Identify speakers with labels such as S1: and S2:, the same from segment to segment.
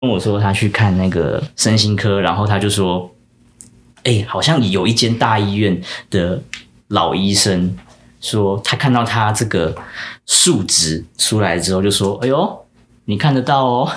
S1: 跟我说他去看那个身心科，然后他就说，哎、好像有一间大医院的老医生说，他看到他这个数值出来之后，就说，哎呦，你看得到哦，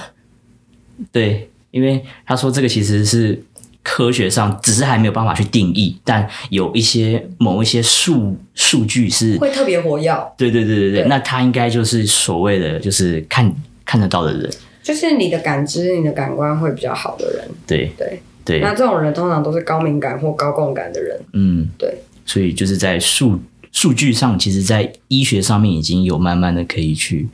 S1: 对，因为他说这个其实是。科学上只是还没有办法去定义，但有一些某一些数数据是
S2: 会特别活跃，
S1: 对对对对对，
S2: 对
S1: 那他应该就是所谓的就是看看得到的人，
S2: 就是你的感知、你的感官会比较好的人。
S1: 对
S2: 对
S1: 对，
S2: 那这种人通常都是高敏感或高共感的人。
S1: 嗯，
S2: 对，
S1: 所以就是在数数据上，其实在医学上面已经有慢慢的可以去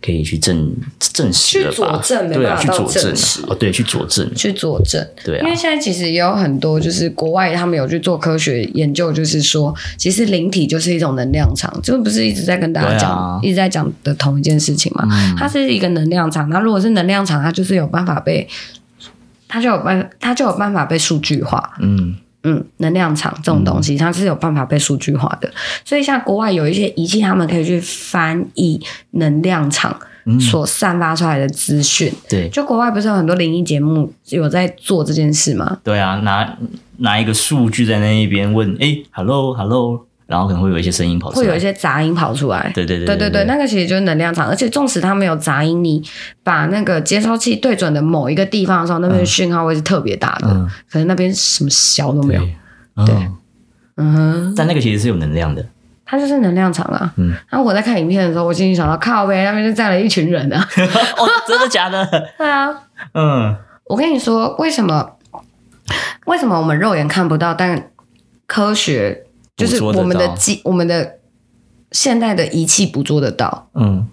S1: 可以去证证实了
S2: 去
S1: 吧？
S2: 佐证没
S1: 对啊，
S2: 办法
S1: 去
S2: 到
S1: 佐证
S2: 证
S1: 啊
S2: 实
S1: 哦，对，去佐证，
S2: 去佐证，
S1: 对
S2: 因
S1: 啊
S2: 为，现在其实也有很多就是国外他们有去做科学研究，就是说其实灵体就是一种能量场，这不是一直在跟大家讲、
S1: 对啊
S2: 一直在讲的同一件事情嘛？
S1: 嗯
S2: 它是一个能量场，那如果是能量场，它就是有办法被，它就有办它就有办法被数据化，
S1: 嗯
S2: 嗯，能量场这种东西它是有办法被数据化的，所以像国外有一些仪器，他们可以去翻译能量场
S1: 嗯，
S2: 所散发出来的资讯。
S1: 对
S2: 就国外不是有很多灵异节目有在做这件事吗？
S1: 对啊，拿拿一个数据在那一边问，哎，hello hello，然后可能会有一些声音跑出
S2: 会有一
S1: 来，
S2: 些杂音跑出来。
S1: 哦啊对对对
S2: 对对对，那个其实就是能量场，而且纵使它没有杂音，你把那个接收器对准的某一个地方的时候，那边的讯号会是特别大的，
S1: 嗯
S2: 可能那边什么小都没有。
S1: 对，嗯，
S2: 嗯哼，
S1: 但那个其实是有能量的，
S2: 它就是能量场啊。
S1: 嗯
S2: 然后我在看影片的时候，我心里想到，靠呗，那边就站了一群人啊。
S1: 哦，真的假的？
S2: 对啊，
S1: 嗯，
S2: 我跟你说，为什么为什么我们肉眼看不到，但科学就是
S1: 捕捉得
S2: 我们的
S1: 到
S2: 机，我们的现代的仪器捕捉得到，
S1: 嗯，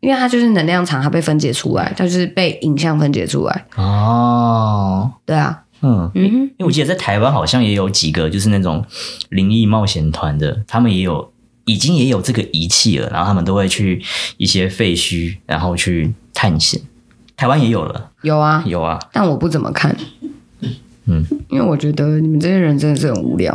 S2: 因为它就是能量场，它被分解出来，它就是被影像分解出来。
S1: 哦，
S2: 对啊，
S1: 嗯，
S2: 嗯哼，
S1: 因为我记得在台湾好像也有几个就是那种灵异冒险团的，他们也有已经也有这个仪器了，然后他们都会去一些废墟，然后去探险。台湾也有了，
S2: 有啊，
S1: 有啊，
S2: 但我不怎么看。
S1: 嗯，
S2: 因为我觉得你们这些人真的是很无聊，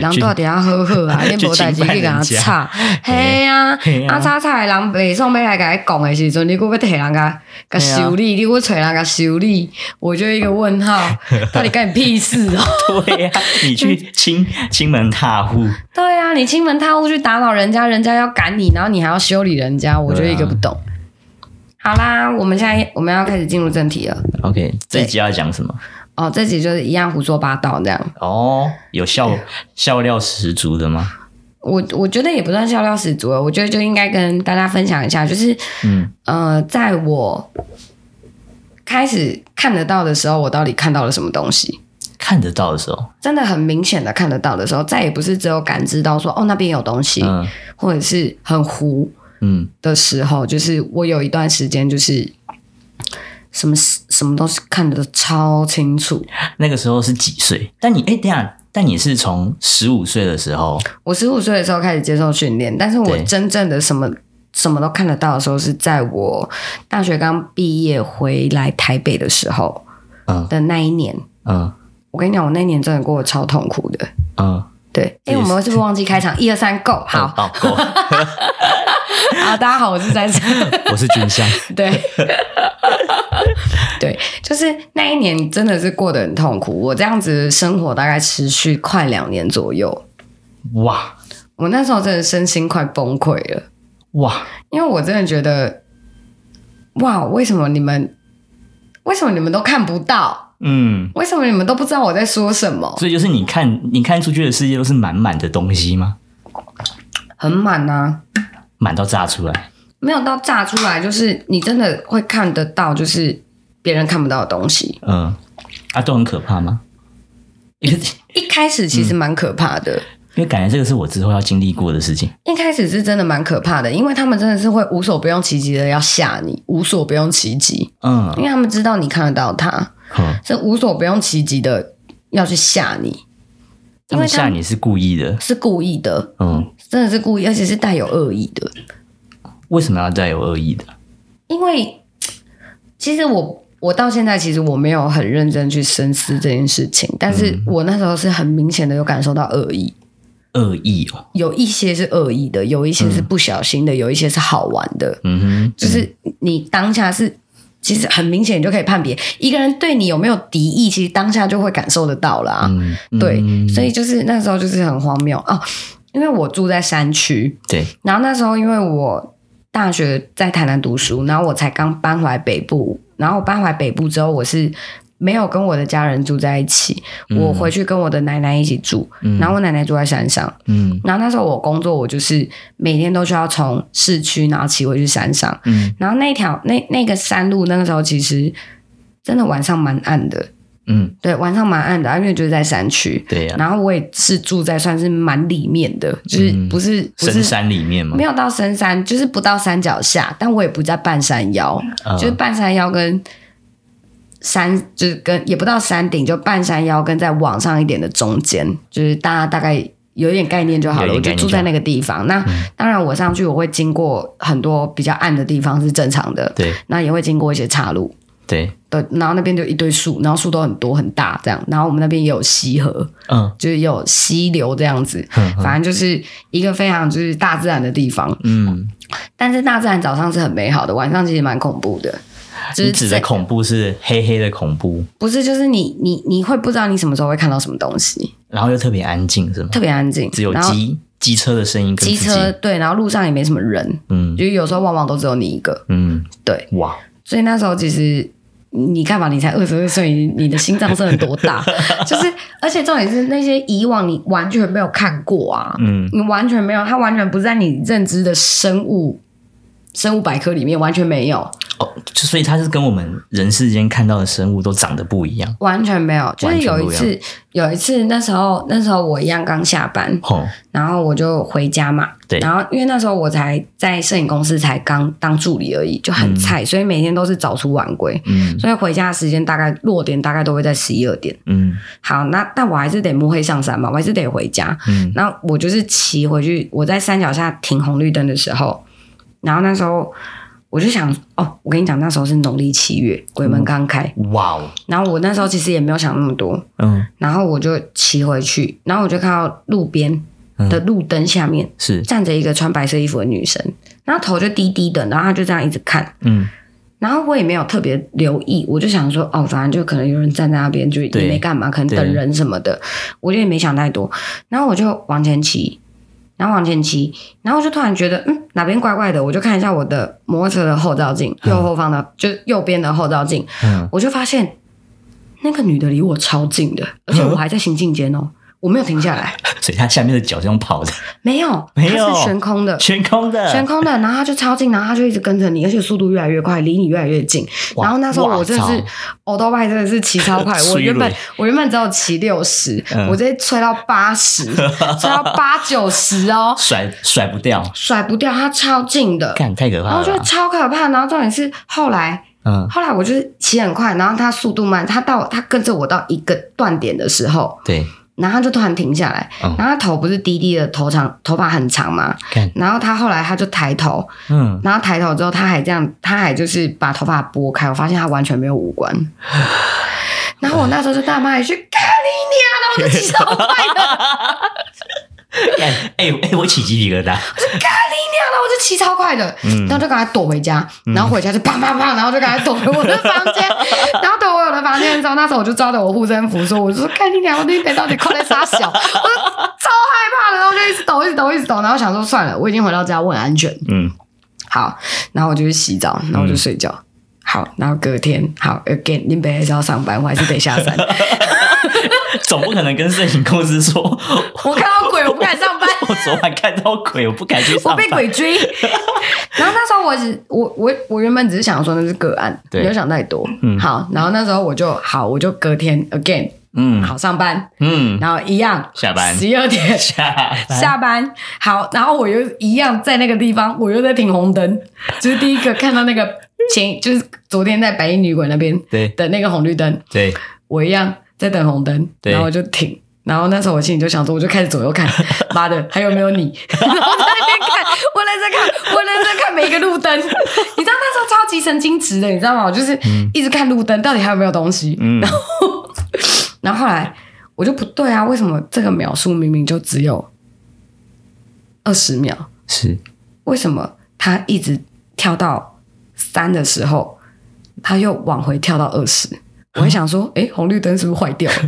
S2: 然后到底要呵呵啊，
S1: 去
S2: 你无代
S1: 去侵
S2: 志去给
S1: 犯
S2: 他
S1: 人家
S2: 吵，嘿啊
S1: 嘿，啊
S2: 啊吵吵的人袂爽，要来甲你讲的时阵，你佫要摕人家甲
S1: 嘿啊
S2: 修理，你佫找人家修理，我就一个问 号，到底干你屁事哦？
S1: 对呀、你 去亲亲门踏户，
S2: 对啊，你亲门踏户去打扰人家，人家要赶你，然后你还要修理人家，我就一个不懂。
S1: 啊
S2: 好啦，我们现在我们要开始进入正题了。
S1: OK，这一集要讲什么？
S2: 哦，这集就是一样胡说八道这样。
S1: 哦，有笑笑料十足的吗？
S2: 我我觉得也不算笑料十足了，啊我觉得就应该跟大家分享一下，就是
S1: 嗯，
S2: 呃，在我开始看得到的时候，我到底看到了什么东西？
S1: 看得到的时候，
S2: 真的很明显的看得到的时候，再也不是只有感知到说哦那边有东西，
S1: 嗯
S2: 或者是很糊
S1: 嗯
S2: 的时候，就是我有一段时间就是什么什么东西看得超清楚。
S1: 那个时候是几岁？但你哎，等一下，但你是从十五岁的时候，
S2: 我十五岁的时候开始接受训练，但是我
S1: 对
S2: 真正的什么什么都看得到的时候，是在我大学刚毕业回来台北的时候
S1: 嗯
S2: 的那一年。
S1: 嗯
S2: 我跟你讲，我那一年真的过得超痛苦的。
S1: 嗯，
S2: 对，哎、
S1: 也是
S2: 我们是不是忘记开场？一二三，Go！好，好、
S1: 哦，够了，嗯
S2: 大家好，我是珊珊。
S1: 我是君香。
S2: 对，对，就是那一年真的是过得很痛苦。我这样子生活大概持续快两年左右，
S1: 哇
S2: 我那时候真的身心快崩溃了。
S1: 哇，
S2: 因为我真的觉得，哇，为什么你们，为什么你们都看不到？
S1: 嗯，
S2: 为什么你们都不知道我在说什么？
S1: 所以就是你看，你看出去的世界都是满满的东西吗？
S2: 很满呐、
S1: 满到炸出来，
S2: 没有到炸出来，就是你真的会看得到，就是别人看不到的东西。
S1: 嗯，啊，都很可怕吗？因为
S2: 一开始其实蛮可怕的，
S1: 因为感觉这个是我之后要经历过的事情，
S2: 一开始是真的蛮可怕的，因为他们真的是会无所不用其极的要吓你，无所不用其极，
S1: 嗯，
S2: 因为他们知道你看得到他，
S1: 好，
S2: 是无所不用其极的要去吓你，
S1: 他
S2: 因为
S1: 们
S2: 他
S1: 吓你是故意的，
S2: 是故意的，
S1: 嗯，
S2: 真的是故意，而且是带有恶意的。
S1: 为什么要带有恶意的？
S2: 因为其实我我到现在其实我没有很认真去深思这件事情，但是
S1: 嗯
S2: 我那时候是很明显的有感受到恶意，
S1: 恶意哦，
S2: 有一些是恶意
S1: 嗯
S2: 的，有一些是不小心的，有一些是好玩的，
S1: 嗯哼，
S2: 就是你当下是其实很明显，你就可以判别一个人对你有没有敌意，其实当下就会感受得到了啊。
S1: 嗯，
S2: 对，
S1: 嗯
S2: 所以就是那时候就是很荒谬哦，因为我住在山区，
S1: 对，
S2: 然后那时候因为我大学在台南读书，然后我才刚搬回来北部，然后我搬回来北部之后，我是没有跟我的家人住在一起，我回去跟我的奶奶一起住，
S1: 嗯
S2: 然后我奶奶住在山上，
S1: 嗯
S2: 然后那时候我工作，我就是每天都需要从市区然后骑回去山上，
S1: 嗯
S2: 然后那条那那个山路那个时候其实真的晚上蛮暗的，
S1: 嗯，
S2: 对，晚上蛮暗的，啊因为就是在山区。
S1: 对啊呀、
S2: 然后我也是住在算是蛮里面的，就是
S1: 嗯
S2: 不是、不
S1: 深
S2: 是
S1: 山里面嘛
S2: 没，有到深山，就是不到山脚下，但我也不在半山腰，
S1: 嗯
S2: 就是半山腰跟山，就是跟也不到山顶，就半山腰跟再往上一点的中间，就是大家大概有一点概念就好了。
S1: 有
S2: 我
S1: 一点概念
S2: 就
S1: 嗯
S2: 住在那个地方。那、当然，我上去我会经过很多比较暗的地方是正常的，
S1: 对
S2: 那也会经过一些岔路。
S1: 对，
S2: 对，然后那边就一堆树，然后树都很多很大这样，然后我们那边也有溪河，
S1: 嗯
S2: 就是有溪流这样子，
S1: 哼哼
S2: 反正就是一个非常就是大自然的地方。
S1: 嗯，
S2: 但是大自然早上是很美好的，晚上其实蛮恐怖的。就
S1: 你
S2: 是
S1: 指的
S2: 在
S1: 恐怖是黑黑的恐怖，
S2: 不是就是你你你会不知道你什么时候会看到什么东西，
S1: 然后又特别安静是吗？
S2: 特别安静，
S1: 只有
S2: 然后
S1: 机机车的声音跟
S2: 机
S1: 自己
S2: 车，对，然后路上也没什么人，
S1: 嗯
S2: 就是有时候往往都只有你一个，
S1: 嗯，
S2: 对，
S1: 哇，
S2: 所以那时候其实。你看嘛，你才二十二岁，你你的心脏是有多 大？就是，而且重点是那些以往你完全没有看过啊，
S1: 嗯
S2: 你完全没有，它完全不在你认知的生物生物百科里面，完全没有，
S1: 哦，就所以它是跟我们人世间看到的生物都长得不一样，
S2: 完全没有。就是有
S1: 完
S2: 一
S1: 全不
S2: 次，有一次那时候那时候我一样刚下班，
S1: 吼，
S2: 然后我就回家嘛。
S1: 对
S2: 然后因为那时候我才在摄影公司才刚当助理而已，就很菜，所以每天都是早出晚归。
S1: 嗯
S2: 所以回家的时间大概落点大概都会在十一二点。
S1: 嗯
S2: 好，那但我还是得摸黑上山嘛，我还是得回家。
S1: 嗯
S2: 那我就是骑回去，我在山脚下停红绿灯的时候，然后那时候我就想，哦，我跟你讲，那时候是农历七月，鬼门刚开。
S1: 哇哦，
S2: 然后我那时候其实也没有想那么多，
S1: 嗯
S2: 然后我就骑回去，然后我就看到路边的路灯下面
S1: 是，
S2: 站着一个穿白色衣服的女生，然后头就低低的，然后她就这样一直看。
S1: 嗯
S2: 然后我也没有特别留意，我就想说，哦，反正就可能有人站在那边，就也
S1: 对
S2: 没干嘛，可能
S1: 对
S2: 等人什么的，我就也没想太多。然后我就往前骑，然后往前骑，然后我就突然觉得，嗯，哪边怪怪的，我就看一下我的摩托车的后照镜，右后方的，就右边的后照镜，
S1: 嗯，
S2: 我就发现那个女的离我超近的，
S1: 嗯
S2: 而且我还在行进间哦，我没有停下来，
S1: 所以它下面的脚是用 跑的，
S2: 没有，
S1: 没有
S2: 它是悬空的，
S1: 悬空的，
S2: 悬空的，然后他就超近，然后他就一直跟着你，而且速度越来越快，离你越来越近。
S1: 哇
S2: 然后那时候我真的
S1: 哇
S2: 是
S1: 操，
S2: o l d bike 真的是骑超快 我原
S1: 衰
S2: 本
S1: 瑞
S2: 我原本只有骑六十，
S1: 嗯
S2: 我直接吹到八十， 吹到八九十哦，
S1: 甩甩不掉，
S2: 甩不掉，他超近的。
S1: 干太可
S2: 然
S1: 怕
S2: 后
S1: 了
S2: 就
S1: 吧，
S2: 超可怕，然后重点是后来，
S1: 嗯，
S2: 后来我就是骑很快，然后他速度慢，他到他跟着我到一个断点的时候，
S1: 对，
S2: 然后他就突然停下来，
S1: 嗯
S2: 然后他头不是低低的，头长头发很长嘛，
S1: 看，
S2: 然后他后来他就抬头，
S1: 嗯，
S2: 然后抬头之后，他还这样，他还就是把头发拨开，我发现他完全没有五官。然后我那时候就大骂一句“干你娘的”，我就骑超快的，
S1: 干 哎哎，我起鸡皮疙瘩，
S2: 干你娘的，我就骑超快的，然后就赶快躲回家，然后回家就砰砰砰，然后就赶快躲回我的房间，然后躲回我的房间的时候，那时候我就抓着我护身符说，我就说干你娘，我那天到底快在傻小，我就超害怕的，然后就一直抖，一直抖，一直抖，然后想说算了，我已经回到家，我很安全，
S1: 嗯
S2: 好，然后我就去洗澡，然后我就睡觉。好，然后隔天好，again，林北还是要上班，我还是得下 山。
S1: 总不可能跟摄影公司说，
S2: 我看到鬼，我不敢上班，
S1: 我昨晚看到鬼，我不敢去
S2: 我
S1: 上
S2: 被
S1: 班。
S2: 鬼追。然后那时候我只我我我原本只是想说那是个案，
S1: 对
S2: 没有想太多。好，然后那时候我就好，我就隔天 again
S1: 嗯
S2: 好上班，
S1: 嗯，
S2: 然后一样
S1: 下班
S2: 十二点
S1: 下
S2: 下班好，然后我又一样在那个地方，我又在停红灯，就是第一个看到那个前就是昨天在白衣女鬼那边
S1: 对
S2: 的那个红绿灯，
S1: 对，
S2: 我一样在等红灯，
S1: 对
S2: 然后我就停。然后那时候我心里就想说，我就开始左右看， 妈的，还有没有你？ 然后在那边看，我认真看，我认真看每一个 路灯。你知道那时候超级神经质的，你知道吗？我就是一直看路灯，到底还有没有东西。
S1: 嗯
S2: 然后后来我就不对啊，为什么这个秒数明明就只有二十秒，
S1: 是，
S2: 为什么他一直跳到三的时候，他又往回跳到二 十。我还想说，哎、红绿灯是不是坏掉了？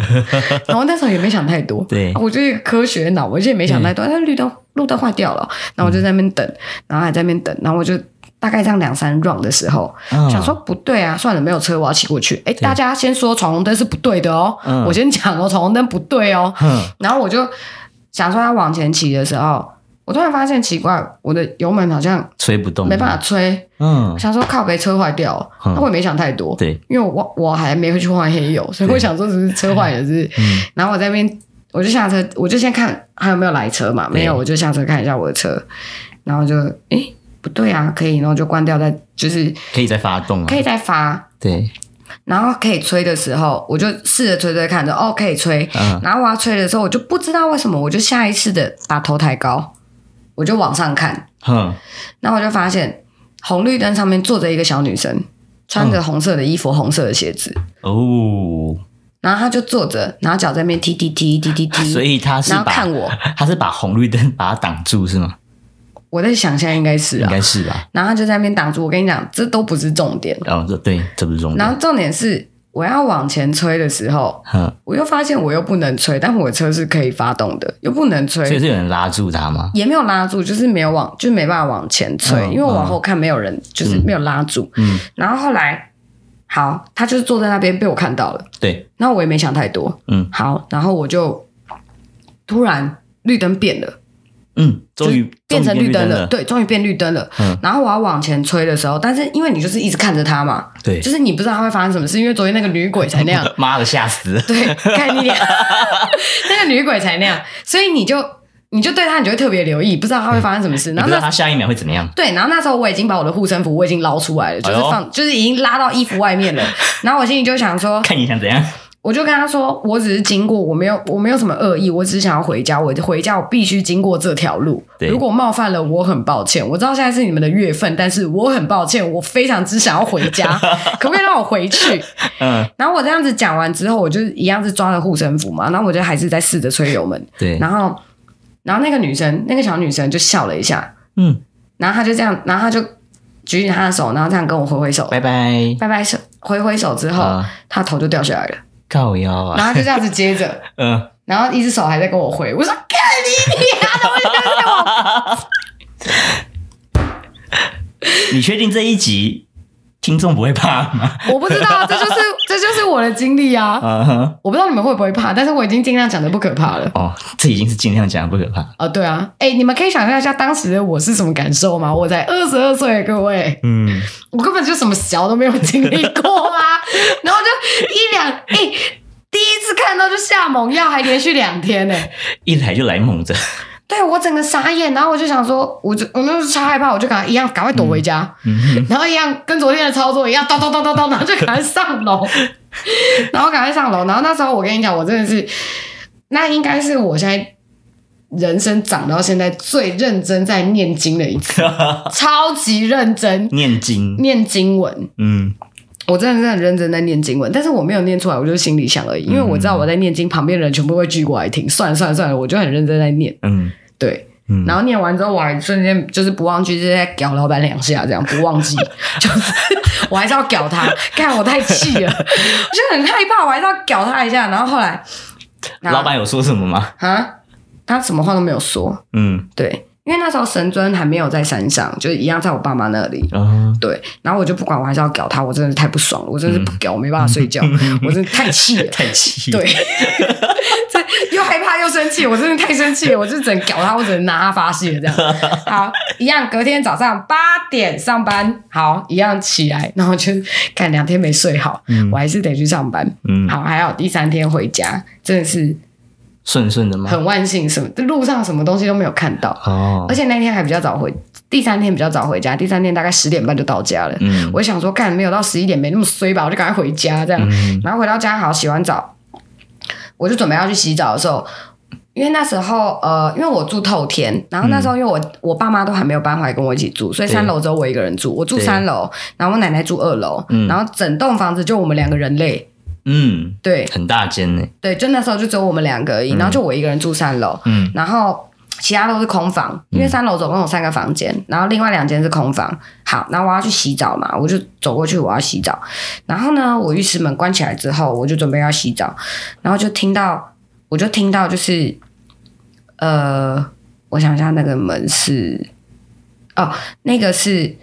S2: 然后那时候也没想太多，啊
S1: 对嗯
S2: 我就是科学脑，我也没想太多。哎、绿灯路灯坏掉了，然后我就在那边等，然后还在那边等，然后我就大概这样两三 round 的时候，
S1: 嗯
S2: 想说不对啊，算了，没有车，我要骑过去。哎，大家先说闯红灯是不对的哦，
S1: 嗯
S2: 我先讲哦，闯红灯不对哦。
S1: 哼，
S2: 然后我就想说，他往前骑的时候，我突然发现奇怪，我的油门好像
S1: 吹不动，
S2: 没办法，吹，
S1: 嗯，
S2: 想说靠北车坏掉了，
S1: 嗯
S2: 那我也没想太多，
S1: 对，
S2: 因为我我还没去换黑油，所以我想说只是车坏了，是。
S1: 嗯
S2: 然后我在那边，我就下车，我就先看还有没有来车嘛，
S1: 对
S2: 没有，我就下车看一下我的车，然后就诶不对啊，可以，然后就关掉再就是
S1: 可以再发动啊，
S2: 可以再发，
S1: 对，
S2: 然后可以吹的时候，我就试着吹吹看着，哦，可以吹。
S1: 嗯
S2: 然后我要吹的时候，我就不知道为什么，我就下意识的把头抬高，我就往上看，
S1: 哼，
S2: 然后我就发现红绿灯上面坐着一个小女生，穿着红色的衣服，红色的鞋子，
S1: 哦，
S2: 然后她就坐着，然后脚在那边踢踢踢踢踢踢，
S1: 啊所以他是
S2: 然后
S1: 把
S2: 看我，
S1: 他是把红绿灯把它挡住是吗？
S2: 我在想现在应该是
S1: 应
S2: 啊，
S1: 该是吧？
S2: 然后她就在那边挡住。我跟你讲，这都不是重点，
S1: 哦，这对，这不是重
S2: 然
S1: 点。
S2: 后重点是我要往前吹的时候，
S1: 哼，
S2: 我又发现我又不能吹，但我的车是可以发动的，又不能
S1: 所以
S2: 吹，
S1: 是有人拉住他吗？
S2: 也没有拉住，就是没有往，就是没办法往前吹，
S1: 嗯
S2: 因为我往后看没有人，就是没有拉住。
S1: 嗯，
S2: 然后后来，好，他就是坐在那边被我看到了，
S1: 对，
S2: 然后我也没想太多，
S1: 嗯
S2: 好，然后我就突然绿灯变了，
S1: 嗯，终于
S2: 就是变成
S1: 终于
S2: 绿灯
S1: 了，
S2: 对，终于变绿灯了。
S1: 嗯
S2: 然后我要往前吹的时候，但是因为你就是一直看着他嘛，
S1: 对
S2: 就，是你不知道他会发生什么事，因为昨天那个女鬼才 那样，
S1: 妈的，吓死了！
S2: 对，看你脸，那个女鬼才那样，所以你就你就对她，你就会特别留意，不知道她会发生什么事。
S1: 你
S2: 然
S1: 不知
S2: 后
S1: 道
S2: 那
S1: 他下一秒会怎么样？
S2: 对，然后那时候我已经把我的护身符我已经捞出来了，就是
S1: 哎呦
S2: 放、就是已经拉到衣服外面 了。然后我心里就想说，
S1: 看你想怎样？
S2: 我就跟他说，我只是经过，我没有我没有什么恶意，我只是想要回家，我回家我必须经过这条路。
S1: 对
S2: 如果冒犯了，我很抱歉。我知道现在是你们的月份，但是我很抱歉，我非常之想要回 家，可不可以让我回去？
S1: 嗯，
S2: 然后我这样子讲完之后，我就一样是抓着护身符嘛，然后我就还是在试着吹油门，
S1: 对，
S2: 然后，然后那个女生，那个小女生就笑了一下，
S1: 嗯，然
S2: 然后她就这样，然后她就举起她的手，然后这样跟我挥挥手，
S1: 拜拜，
S2: 拜拜手，挥挥手之后，
S1: 啊
S2: 她头就掉下来了，
S1: 靠腰
S2: 然
S1: 啊，
S2: 后她就这样子接着，
S1: 嗯，
S2: 然后一只手还在跟我挥，我说干你娘的，我就跟着我
S1: 你确定这一集听众不会怕吗？
S2: 我不知道，这就是 这就是我的经历啊，
S1: 啊哈，
S2: 我不知道你们会不会怕，但是我已经尽量讲的不可怕了。
S1: 哦，这已经是尽量讲不可怕。
S2: 啊、对啊，哎、你们可以想象一下当时的我是什么感受吗？我才二十二岁，各位，
S1: 嗯，
S2: 我根本就什么小都没有经历过啊，然后就一两，哎、第一次看到就下猛药，还连续两天呢、
S1: 一来就来猛着，
S2: 对我整个傻眼，然后我就想说，我就我那时候超害怕，我就赶快一样赶快躲回家，然后一样跟昨天的操作一样，咚咚咚咚咚，然后就赶快上楼，然后赶快上楼，然后那时候我跟你讲，我真的是，那应该是我现在人生长到现在最认真在念经的一次，超级认真
S1: 念经，
S2: 念经文，
S1: 嗯，
S2: 我真的是很认真在念经文，但是我没有念出来，我就是心里想而已，因为我知道我在念经，旁边的人全部会聚过来听，算了算了算了，我就很认真在念，
S1: 嗯
S2: 对。
S1: 嗯，
S2: 然后念完之后，我还瞬间就是不忘记， 就是在屌老板两下，这样不忘记，就是我还是要屌他，看我太气了，我就很害怕，我还是要屌他一下。然后后来，然后
S1: 老板有说什么吗？
S2: 啊，他什么话都没有说，
S1: 嗯，
S2: 对，因为那时候神尊还没有在山上，就是一样在我爸妈那里。
S1: 哦，
S2: 对，然后我就不管，我还是要屌他，我真的是太不爽了，我真的是不屌，我没办法睡觉，我真的太气了，
S1: 嗯太气，
S2: 对，， 这又害怕又生气，我真的太生气了，我就只能搞他，我只能拿他发泄这样。好，一样，隔天早上八点上班，好，一样起来，然后就看两天没睡好，我还是得去上班。
S1: 嗯，
S2: 好，还有第三天回家，真的是
S1: 顺顺的吗？
S2: 很万幸，什么路上什么东西都没有看到，
S1: 哦
S2: 而，且那天还比较早回，第三天比较早回家，第三天大概十点半就到家了。
S1: 嗯
S2: 我想说，干没有到十一点，没那么衰吧，我就赶快回家这样。
S1: 嗯
S2: 然后回到家，好洗完澡，我就准备要去洗澡的时候，因为那时候呃，因为我住透天，然后那时候因为我、我爸妈都还没有搬回来跟我一起住，所
S1: 嗯
S2: 以
S1: 对
S2: 三楼只有我一个人住，我住
S1: 对
S2: 三楼，然后我奶奶住二楼，
S1: 嗯
S2: 然后整栋房子就我们两个人类。
S1: 嗯，
S2: 对
S1: 很大间呢，
S2: 对，就那时候就只有我们两个而已，然后就我一个人住三楼，
S1: 嗯
S2: 然后其他都是空房，因为三楼总共有三个房间，然后另外两间是空房。好，然后我要去洗澡嘛，我就走过去我要洗澡。然后呢，我浴室门关起来之后，我就准备要洗澡，然后就听到，我就听到就是，呃，我想一下，那个门是，哦，那个是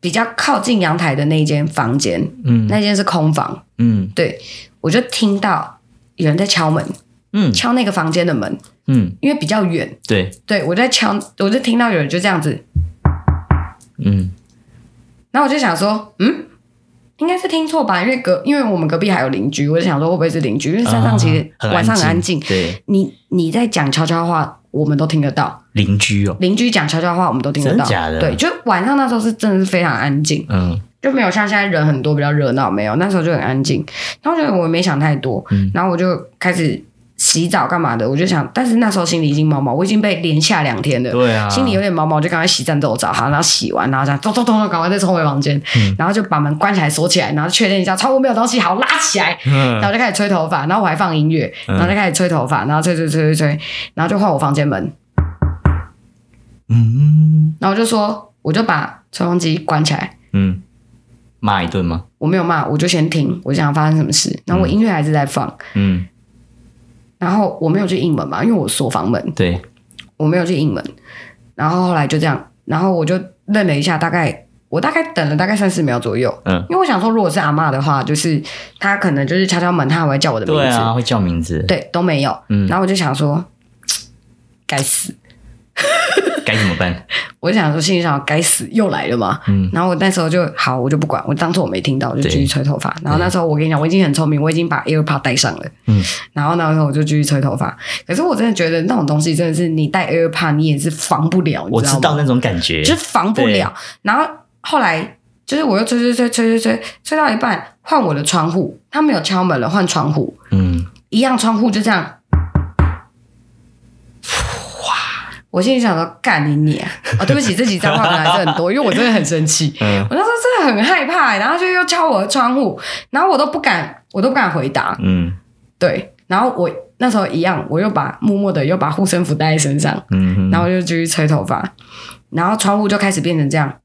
S2: 比较靠近阳台的那一间房间，
S1: 嗯
S2: 那间是空房。
S1: 嗯
S2: 对，我就听到有人在敲门，
S1: 嗯
S2: 敲那个房间的门，
S1: 嗯，
S2: 因为比较远。
S1: 对，
S2: 对，我在敲，我就听到有人就这样子，
S1: 嗯
S2: 然后我就想说，嗯，应该是听错吧，因为隔，因为我们隔壁还有邻居，我就想说会不会是邻居，因为山上其实
S1: 啊很
S2: 晚上很安静，
S1: 对，
S2: 你你在讲悄悄话，我们都听得到，
S1: 邻居哦，
S2: 邻居讲悄悄话，我们都听得
S1: 真
S2: 到，
S1: 的假的
S2: 对，就晚上那时候是真的是非常安静，
S1: 嗯
S2: 就没有像现在人很多比较热闹，没有那时候就很安静。然后就我也没想太多，
S1: 嗯
S2: 然后我就开始洗澡干嘛的，我就想，但是那时候心里已经毛毛，我已经被连下两天了，
S1: 对啊
S2: 心里有点毛毛，就赶快洗战斗澡，好，然后洗完，然后这样走走走走，赶快再冲回房间，然后就把门关起来锁起来，然后确认一下窗户没有东西，好拉起来，然
S1: 嗯
S2: 后就开始吹头发，然后我还放音乐，然后就开始吹头发，然后吹吹吹吹吹，然后就换我房间门，
S1: 嗯
S2: 然后我就说，我就把吹风机关起来。
S1: 嗯，骂一顿吗？
S2: 我没有骂，我就先听，我就想发生什么事。然后我音乐还是在放，
S1: 嗯，
S2: 然后我没有去应门嘛，因为我锁房门，
S1: 对，
S2: 我没有去应门。然后后来就这样，然后我就愣了一下，大概我大概等了大概三十秒左右，
S1: 嗯，
S2: 因为我想说，如果是阿嬷的话，就是她可能就是敲敲门，她还会叫我的名字，
S1: 对啊，会叫名字，
S2: 对都没有。
S1: 嗯
S2: 然后我就想说，该死，
S1: 该怎么办？
S2: 我就想说，心里想该死又来了嘛。
S1: 嗯
S2: 然后我那时候就好，我就不管，我当做我没听到，我就继续
S1: 对
S2: 吹头发。然后那时候我跟你讲，我已经很聪明，我已经把 AirPod 戴上了。
S1: 嗯，
S2: 然后那时候我就继续吹头发。可是我真的觉得那种东西真的是你戴 AirPod 你也是防不了，你
S1: 我知
S2: 知道
S1: 道
S2: 吗？
S1: 那种感觉，
S2: 就是防不了。然后后来就是我又吹吹吹吹吹吹吹到一半，换我的窗户，他没有敲门了，换窗户，
S1: 嗯，
S2: 一样窗户就这样。哇！我心里想说，干你你啊！哦，对不起，这几张话可能还是很多，因为我真的很生气。
S1: 嗯
S2: 我那时候真的很害怕、然后就又敲我的窗户，然后我都不敢，我都不敢回答。
S1: 嗯
S2: 对，然后我那时候一样，我又把默默的又把护身符带在身上，
S1: 嗯，
S2: 然后我就继续吹头发，然后窗户就开始变成这样，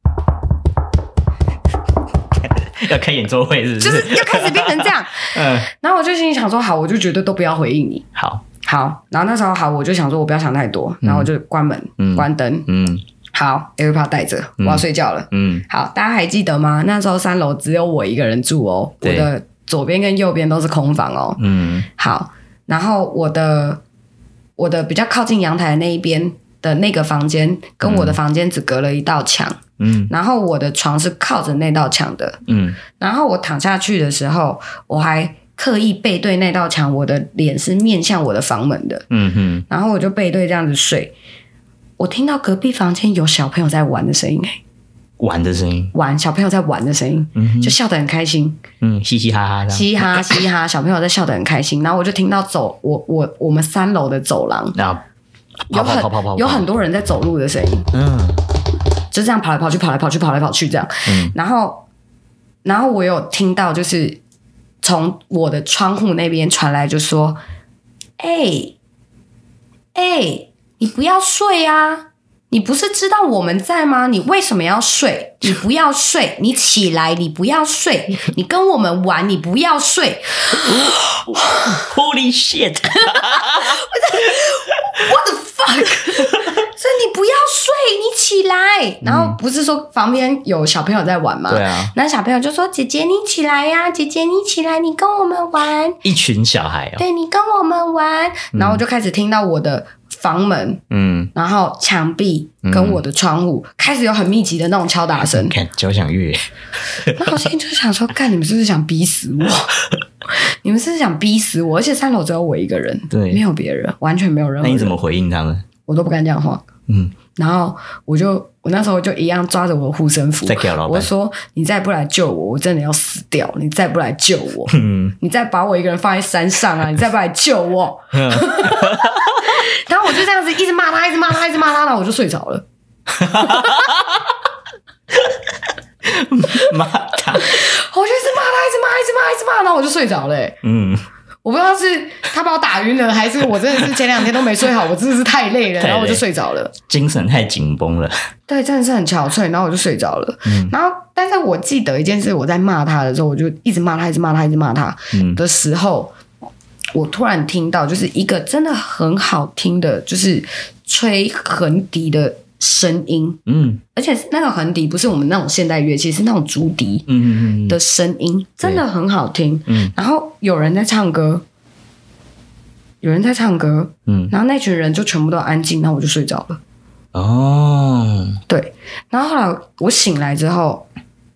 S1: 要开演奏会是不？
S2: 就是是又开始变 成这样。
S1: 嗯，
S2: 然后我就心里想说，好，我就绝对都不要回应你。
S1: 好，
S2: 好，然后那时候好，我就想说我不要想太多，然后我就关门、
S1: 嗯
S2: 关灯。
S1: 嗯
S2: 好，AirPod 带着，我要睡觉了。
S1: 嗯
S2: 好，大家还记得吗？那时候三楼只有我一个人住哦，我
S1: 对
S2: 的左边跟右边都是空房哦。
S1: 嗯
S2: 好，然后我的我的比较靠近阳台的那一边的那个房间，跟我的房间只隔了一道墙，
S1: 嗯
S2: 然后我的床是靠着那道墙的，
S1: 嗯
S2: 然后我躺下去的时候，我还刻意背对那道墙，我的脸是面向我的房门的，
S1: 嗯嗯，
S2: 然后我就背对这样子睡。我听到隔壁房间有小朋友在玩的声音，欸
S1: 玩的声音，
S2: 玩小朋友在玩的声音，
S1: 嗯
S2: 就笑得很开心。
S1: 嗯，嘻嘻哈哈的，
S2: 嘻哈嘻哈，小朋友在笑得很开心。然后我就听到走我我我们三楼的走廊
S1: 那
S2: 有
S1: 跑
S2: 很
S1: 跑跑跑跑，
S2: 有很多人在走路的声音，
S1: 嗯
S2: 就这样跑来跑去，跑来跑去，跑来跑去这样。
S1: 嗯
S2: 然后然后我有听到就是从我的窗户那边传来，就说：“哎、哎、你不要睡啊！你不是知道我们在吗？你为什么要睡？你不 要睡，你起来，你不要睡，你跟我们玩，你不要睡。”
S1: ，Holy shit，
S2: What the fuck！所以你不要睡，你起来。然后不是说旁边有小朋友在玩吗？
S1: 对啊，
S2: 那小朋友就说：“姐姐，你起来呀、姐姐，你起来，你跟我们玩，
S1: 一群小孩哦，
S2: 对你跟我们玩。”然后我就开始听到我的房门，
S1: 嗯，
S2: 然后墙壁跟我的窗户、开始有很密集的那种敲打声。
S1: 看交响乐，
S2: 那我心里就想说：“干，你们是不是想逼死 我？你们是不是想逼死我？而且三楼只有我一个人，
S1: 对
S2: 没有别人，完全没有任
S1: 那
S2: 何人。
S1: 你怎么回应他们？
S2: 我都不敢讲话。”
S1: 嗯，
S2: 然后我就我那时候就一样抓着我的护身符，
S1: 再给我老板
S2: 我说你再不来救我，我真的要死掉！你再不来救我，
S1: 嗯
S2: 你再把我一个人放在山 上啊！你再不来救我，然后我就这样子一直骂他，一直骂他，一直骂他，然后我就睡着了。
S1: 骂他，
S2: 我就一直骂他，一直骂，一直骂，一直骂，然后我就睡着了、欸
S1: 嗯
S2: 我不知道是他把我打晕了，还是我真的是前两天都没睡好，我真的是太累了，
S1: 太累
S2: 然后我就睡着了。
S1: 精神太紧绷了。
S2: 对，真的是很憔悴，然后我就睡着了。
S1: 嗯
S2: 然后，但是我记得一件事，我在骂他的时候，我就一直骂他，一直骂他，一直骂他
S1: 嗯
S2: 的时候，我突然听到就是一个真的很好听的，就是吹横笛的声音，
S1: 嗯
S2: 而且那个横笛不是我们那种现代乐器，是那种竹笛
S1: 嗯嗯嗯
S2: 的声音，真的很好听。
S1: 嗯
S2: 然后有人在唱歌，有人在唱歌，
S1: 嗯
S2: 然后那群人就全部都安静，然后我就睡着了。
S1: 哦，
S2: 对，然后后来我醒来之后，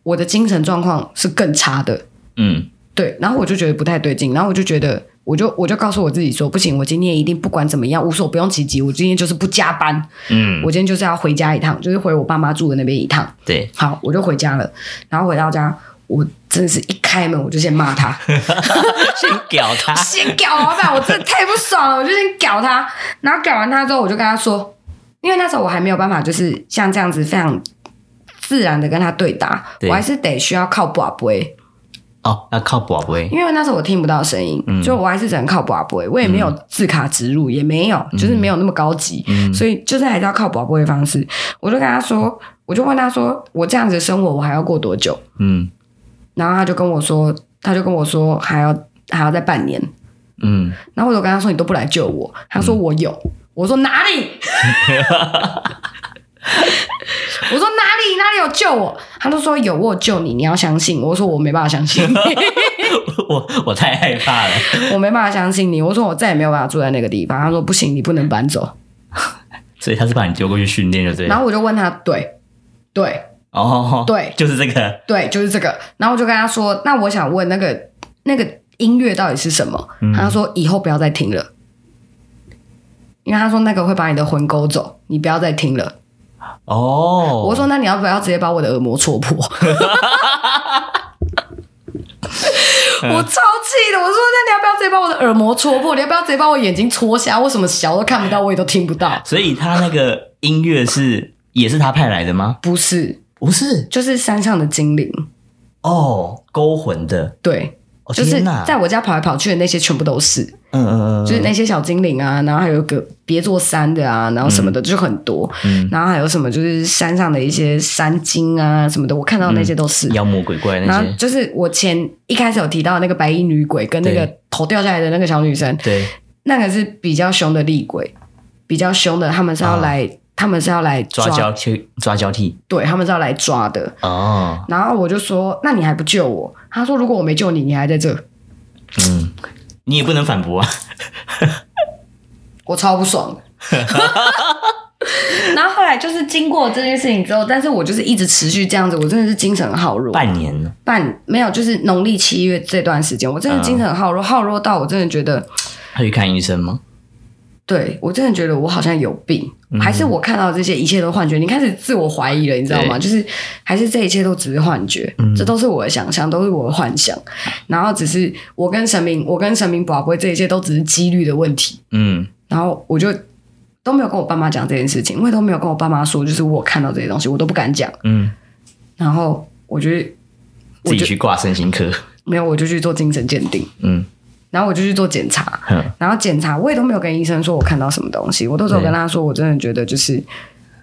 S2: 我的精神状况是更差的。
S1: 嗯
S2: 对，然后我就觉得不太对劲，然后我就觉得，我就我就告诉我自己说，不行，我今天一定不管怎么样，无所不用其极，我今天就是不加班，
S1: 嗯，
S2: 我今天就是要回家一趟，就是回我爸妈住的那边一趟。
S1: 对，
S2: 好，我就回家了，然后回到家，我真的是一开门我就先骂他。
S1: 先屌他
S2: 先搞老板，我真的太不爽了，我就先搞他。然后搞完他之后，我就跟他说，因为那时候我还没有办法，就是像这样子非常自然的跟他对答，
S1: 对
S2: 我还是得需要靠卜杯，
S1: 哦，要靠宝贝，
S2: 因为那时候我听不到声音，所以我还是只能靠卜杯，我也没有字卡植入，也没有，就是没有那么高级，所以就是还是要靠卜杯的方式。我就跟他说，我就问他说，我这样子的生活我还要过多久？
S1: 嗯
S2: 然后他就跟我说，他就跟我说还要还要再半年。
S1: 嗯，
S2: 然后我就跟他说：“你都不来救我。”他说：“我有。嗯 我说：“哪里？” 我说：“哪里哪里有救我？”他就说：“有，我有救你，你要相信。”我说：“我没办法相信 你，
S1: 我我太害怕了，
S2: 我没办法相信你。”我说：“我再也没有办法住在那个地方。”他说：“不行，你不能搬走。
S1: 所以他是把你丢过去训练，就对了
S2: 然。后我就问他：“对，对，
S1: 哦，
S2: 对
S1: 就是这个，
S2: 对，就是这个。”然后我就跟他说：“那我想问那个那个音乐到底是什么？”他说：“以后不要再听了，因为他说那个会把你的魂勾走，你不要再听了。”
S1: 哦，
S2: 我说：“那你要不要直接把我的耳膜 戳破？”我超气的！我说：“那你要不要直接把我的耳膜戳破？你要不要直接把我眼睛戳瞎？我什么小都看不到，我也都听不到。
S1: 所以他那个音乐是也是他派来的吗？”
S2: 不是，
S1: 不是，
S2: 就是山上的精灵，
S1: 哦，勾魂的，
S2: 对，
S1: 哦，
S2: 就是
S1: 天哪
S2: 在我家跑来跑去的那些，全部都是，
S1: 嗯嗯嗯，
S2: 就是那些小精灵啊，然后还有个别座山的啊，然后什么的就很多，
S1: 嗯
S2: 然后还有什么就是山上的一些山精啊什么的，我看到那
S1: 嗯
S2: 些都是。
S1: 妖魔鬼怪
S2: 然
S1: 那
S2: 后
S1: 些，
S2: 就是我前一开始有提到那个白衣女鬼跟那个
S1: 对
S2: 头掉下来的那个小女生，
S1: 对，
S2: 那个是比较凶的厉鬼，比较凶的，他们是要来，他们是要来抓，
S1: 哦抓交替抓交替，
S2: 对他们是要来抓的。
S1: 哦，
S2: 然后我就说：“那你还不救我？”他说：“如果我没救你，你还在这。
S1: 嗯，你也不能反驳啊，”
S2: 我超不爽的。 然后后来就是经过这件事情之后，但是我就是一直持续这样子，我真的是精神耗弱。
S1: 半年了，
S2: 半没有，就是农历七月这段时间，我
S1: 嗯
S2: 真的精神耗弱，耗弱到我真的觉得
S1: 他去看医生吗？
S2: 对我真的觉得我好像有病，还是我看到这些一切都幻觉？你开始自我怀疑了，你知道吗？就是还是这一切都只是幻觉，这都是我的想象，都是我的幻想。然后只是我跟神明，我跟神明宝贝，这一切都只是几率的问题。
S1: 嗯
S2: 然后我就都没有跟我爸妈讲这件事情，我也都没有跟我爸妈说，就是我看到这些东西，我都不敢讲。
S1: 嗯，
S2: 然后我就我
S1: 自己
S2: 就
S1: 去挂身心科，
S2: 没有，我就去做精神鉴定，
S1: 嗯
S2: 然后我就去做检查，
S1: 哼，
S2: 然后检查我也都没有跟医生说我看到什么东西，我都只有跟他说，我真的觉得就是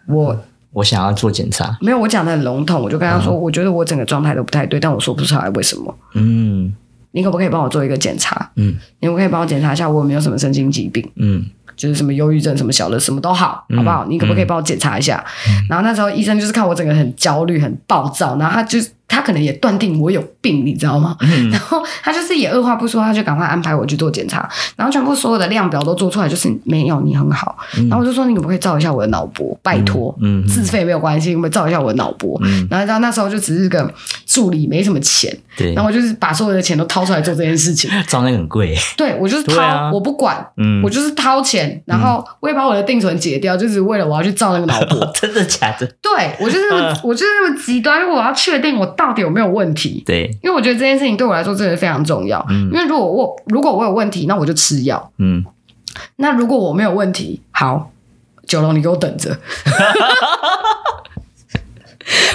S2: 我
S1: 我想要做检查，
S2: 没有我讲的很笼统，我就跟他说，我觉得我整个状态都不太对，但我说不出来为什么。
S1: 嗯
S2: 你可不可以帮我做一个检查？
S1: 嗯
S2: 你可不可以帮我检查一下我有没有什么身心疾病，
S1: 嗯
S2: 就是什么忧郁症、什么小的，什么都好，好不好？你可不可以帮我检查一下？
S1: 嗯
S2: 然后那时候医生就是看我整个很焦虑、很暴躁，然后他就他可能也断定我有病，你知道吗？
S1: 嗯
S2: 然后他就是也二话不说，他就赶快安排我去做检查，然后全部所有的量表都做出来，就是没有你很好。然后我就说你可不可以照一下我的脑波，拜托，
S1: 嗯嗯
S2: 自费没有关系，你可不可以照一下我的脑波？然后你知道那时候就只是个助理，没什么钱，
S1: 对
S2: 然，后我就是把所有的钱都掏出来做这件事情。
S1: 照那个很贵，
S2: 对我就是掏，
S1: 对啊
S2: 我不管，
S1: 嗯
S2: 我就是掏钱，然后我也把我的定存解掉，就只是为了我要去照那个脑波。
S1: 真的假的？
S2: 对我就是那么、
S1: 嗯
S2: 我就是那么极端，因为我要确定我到底有没有问题。
S1: 对，
S2: 因为我觉得这件事情对我来说真的非常重要，因为如果我如果我有问题，那我就吃药；
S1: 嗯，
S2: 那如果我没有问题，好，九龙你给我等 着。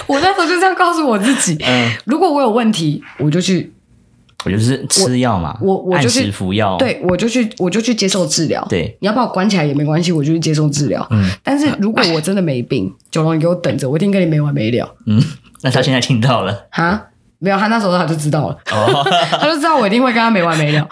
S2: 我那时候就这样告诉我自己，
S1: 嗯
S2: 如果我有问题，我就去
S1: 我就是吃药嘛，
S2: 我我
S1: 按
S2: 就
S1: 时
S2: 去
S1: 服药，
S2: 对我就去我就去接受治疗。
S1: 对
S2: 你要把我关起来也没关系，我就去接受治疗。
S1: 嗯
S2: 但是如果我真的没病， 九龙你给我等着，我一定跟你没完没了
S1: 嗯，那他现在听到了
S2: 哈。没有，他那时候他就知道 了，
S1: 哦，
S2: 他就知道我一定会跟他没完 没了。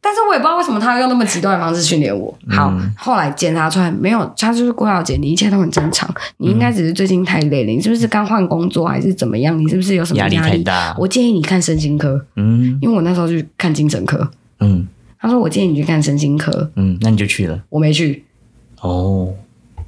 S2: 但是我也不知道为什么他要用那么极端的方式训练我。
S1: 嗯
S2: 好，后来检查出来没有，他就是郭小姐，你一切都很正
S1: 嗯
S2: 常，你应该只是最近太累了，你是不是刚换工作还是怎么样？你是不是有什么
S1: 压力
S2: 力
S1: 太大
S2: 我建议你看身心科，
S1: 嗯
S2: 因为我那时候去看精神科。
S1: 嗯
S2: 他说我建议你去看身心科，
S1: 嗯，那你就去了
S2: 我没去，
S1: 哦，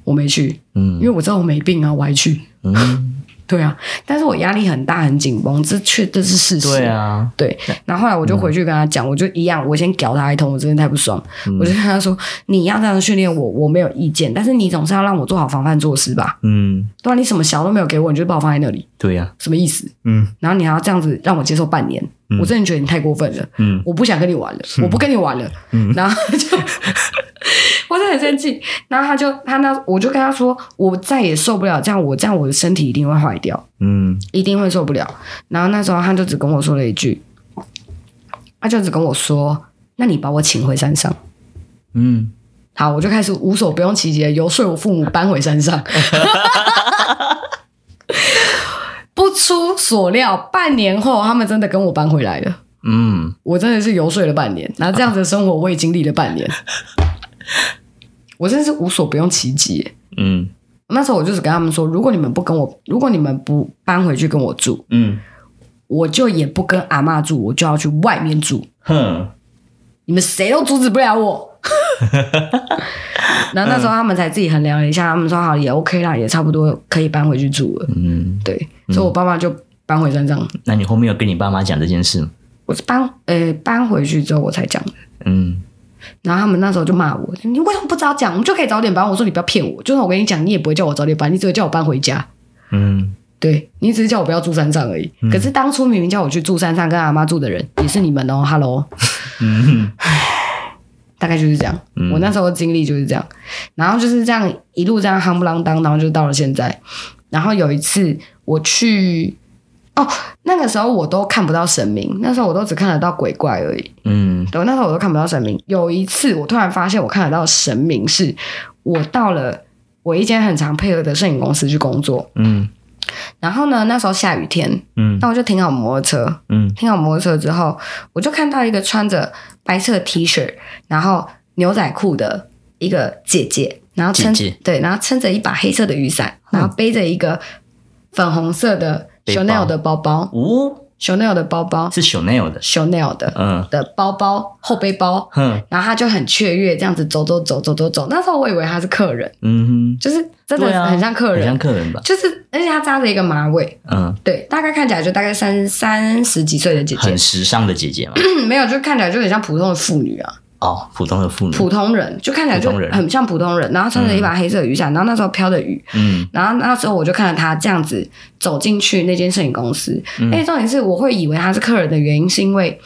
S2: 我没去，因
S1: 嗯
S2: 为我知道我没病啊，我还去。
S1: 嗯，
S2: 对啊，但是我压力很大，很紧绷，这确这是事实。
S1: 对啊，
S2: 对，然后后来我就回去跟他讲，我就一样，我先屌他一通，我真的太不爽，
S1: 嗯
S2: 我就跟他说，你要这样训练我，我没有意见，但是你总是要让我做好防范措施吧，
S1: 嗯，
S2: 对啊，你什么小都没有给我，你就把我放在那里，
S1: 对呀、
S2: 什么意思？
S1: 嗯
S2: 然后你还要这样子让我接受半年，我真的觉得你太过分了，
S1: 嗯
S2: 我不想跟你玩了，我不跟你玩了，然后就 我真的很生气，然后他就他那我就跟他说，我再也受不了这样，我这样我的身体一定会坏掉。
S1: 嗯
S2: 一定会受不了。然后那时候他就只跟我说了一句，他就只跟我说：“那你把我请回山上。
S1: 嗯，”
S2: 好，我就开始无所不用其极地游说我父母搬回山上。 不出所料，半年后他们真的跟我搬回来了。
S1: 嗯，
S2: 我真的是游说了半年，然后这样子的生活我也经历了半年，我真的是无所不用其极耶。
S1: 嗯，
S2: 那时候我就只跟他们说，如果你们不跟我，如果你们不搬回去跟我住，
S1: 嗯，
S2: 我就也不跟阿嬷住，我就要去外面住，
S1: 哼，
S2: 你们谁都阻止不了我。 然后那时候他们才自己衡量了一下，他们说好也 OK 啦，也差不多可以搬回去住了。
S1: 嗯，
S2: 对，所以我爸妈就搬回山上。
S1: 那你后面有跟你爸妈讲这件事吗？
S2: 我是搬呃搬回去之后我才讲的，
S1: 嗯
S2: 然后他们那时候就骂我，你为什么不早讲？我们就可以早点搬。我说你不要骗我，就算我跟你讲，你也不会叫我早点搬，你只会叫我搬回家。
S1: 嗯
S2: 对你只是叫我不要住山上而已。可是当初明明叫我去住山上跟阿妈住的人也是你们哦，Hello。
S1: 嗯
S2: 大概就是这样。我那时候的经历就是这样，然后就是这样一路这样夯不啷当，然后就到了现在。然后有一次我去，哦，那个时候我都看不到神明，那时候我都只看得到鬼怪而已。
S1: 嗯
S2: 对，那时候我都看不到神明。有一次我突然发现我看得到神明是，我到了我一间很常配合的摄影公司去工作，
S1: 嗯
S2: 然后呢那时候下雨天，
S1: 嗯
S2: 那我就停好摩托车，
S1: 嗯
S2: 停好摩托车之后，我就看到一个穿着白色 T 恤，然后牛仔裤的一个姐姐，然后撑
S1: 姐嗯姐
S2: 对，然后撑着一把黑色的雨伞，然后背着一个粉红色的
S1: 背
S2: Chanel
S1: 包
S2: 的包包
S1: 哦，
S2: ，Chanel 的包包
S1: 是 Chanel 的，
S2: ，Chanel 的
S1: 嗯
S2: 的包包后背包，
S1: 哼，
S2: 然后她就很雀跃，这样子走走走走走走。那时候我以为她是客人，
S1: 嗯哼，
S2: 就是真
S1: 对
S2: 的
S1: 啊
S2: 很像客
S1: 很
S2: 人，
S1: 像客人吧？
S2: 就是而且她扎着一个马尾，
S1: 嗯，
S2: 对，大概看起来就大概三三十几岁的姐姐
S1: 很，时尚的姐姐嘛。
S2: 没有，就看起来就很像普通的妇女啊，
S1: 哦，普通的妇女，
S2: 普通人，就看起来就
S1: 普通人
S2: 很像普通人。然后穿着一把黑色的雨伞，然后那时候飘着雨，
S1: 嗯
S2: 然后那时候我就看着他这样子走进去那间摄影公司。
S1: 嗯
S2: 哎而且重点是，我会以为他是客人的原因，是因为